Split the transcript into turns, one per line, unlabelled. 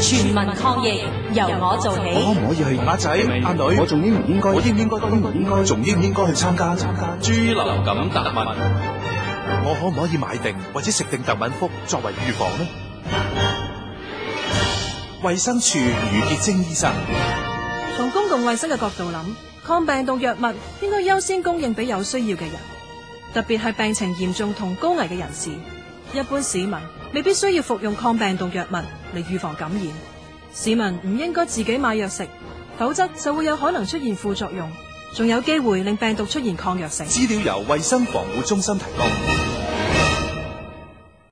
全民抗疫，由我做
我
起。
可唔可以去？阿仔、阿女，我仲應唔應該？我應唔應該？應唔應該？仲應唔應該去參加？參加？
豬流感答問，
我可唔可以買定或者食定特敏福作為預防呢？衛生署余潔晶醫生，
從公共衛生嘅角度諗，抗病毒藥物應該優先供應俾有需要嘅人，特別係病情嚴重同高危嘅人士。一般市民未必需要服用抗病毒藥物嚟預防感染。市民唔應該自己買藥食，否則就會有可能出現副作用，仲有機會令病毒出現抗藥性。
資料由衛生防護中心提供。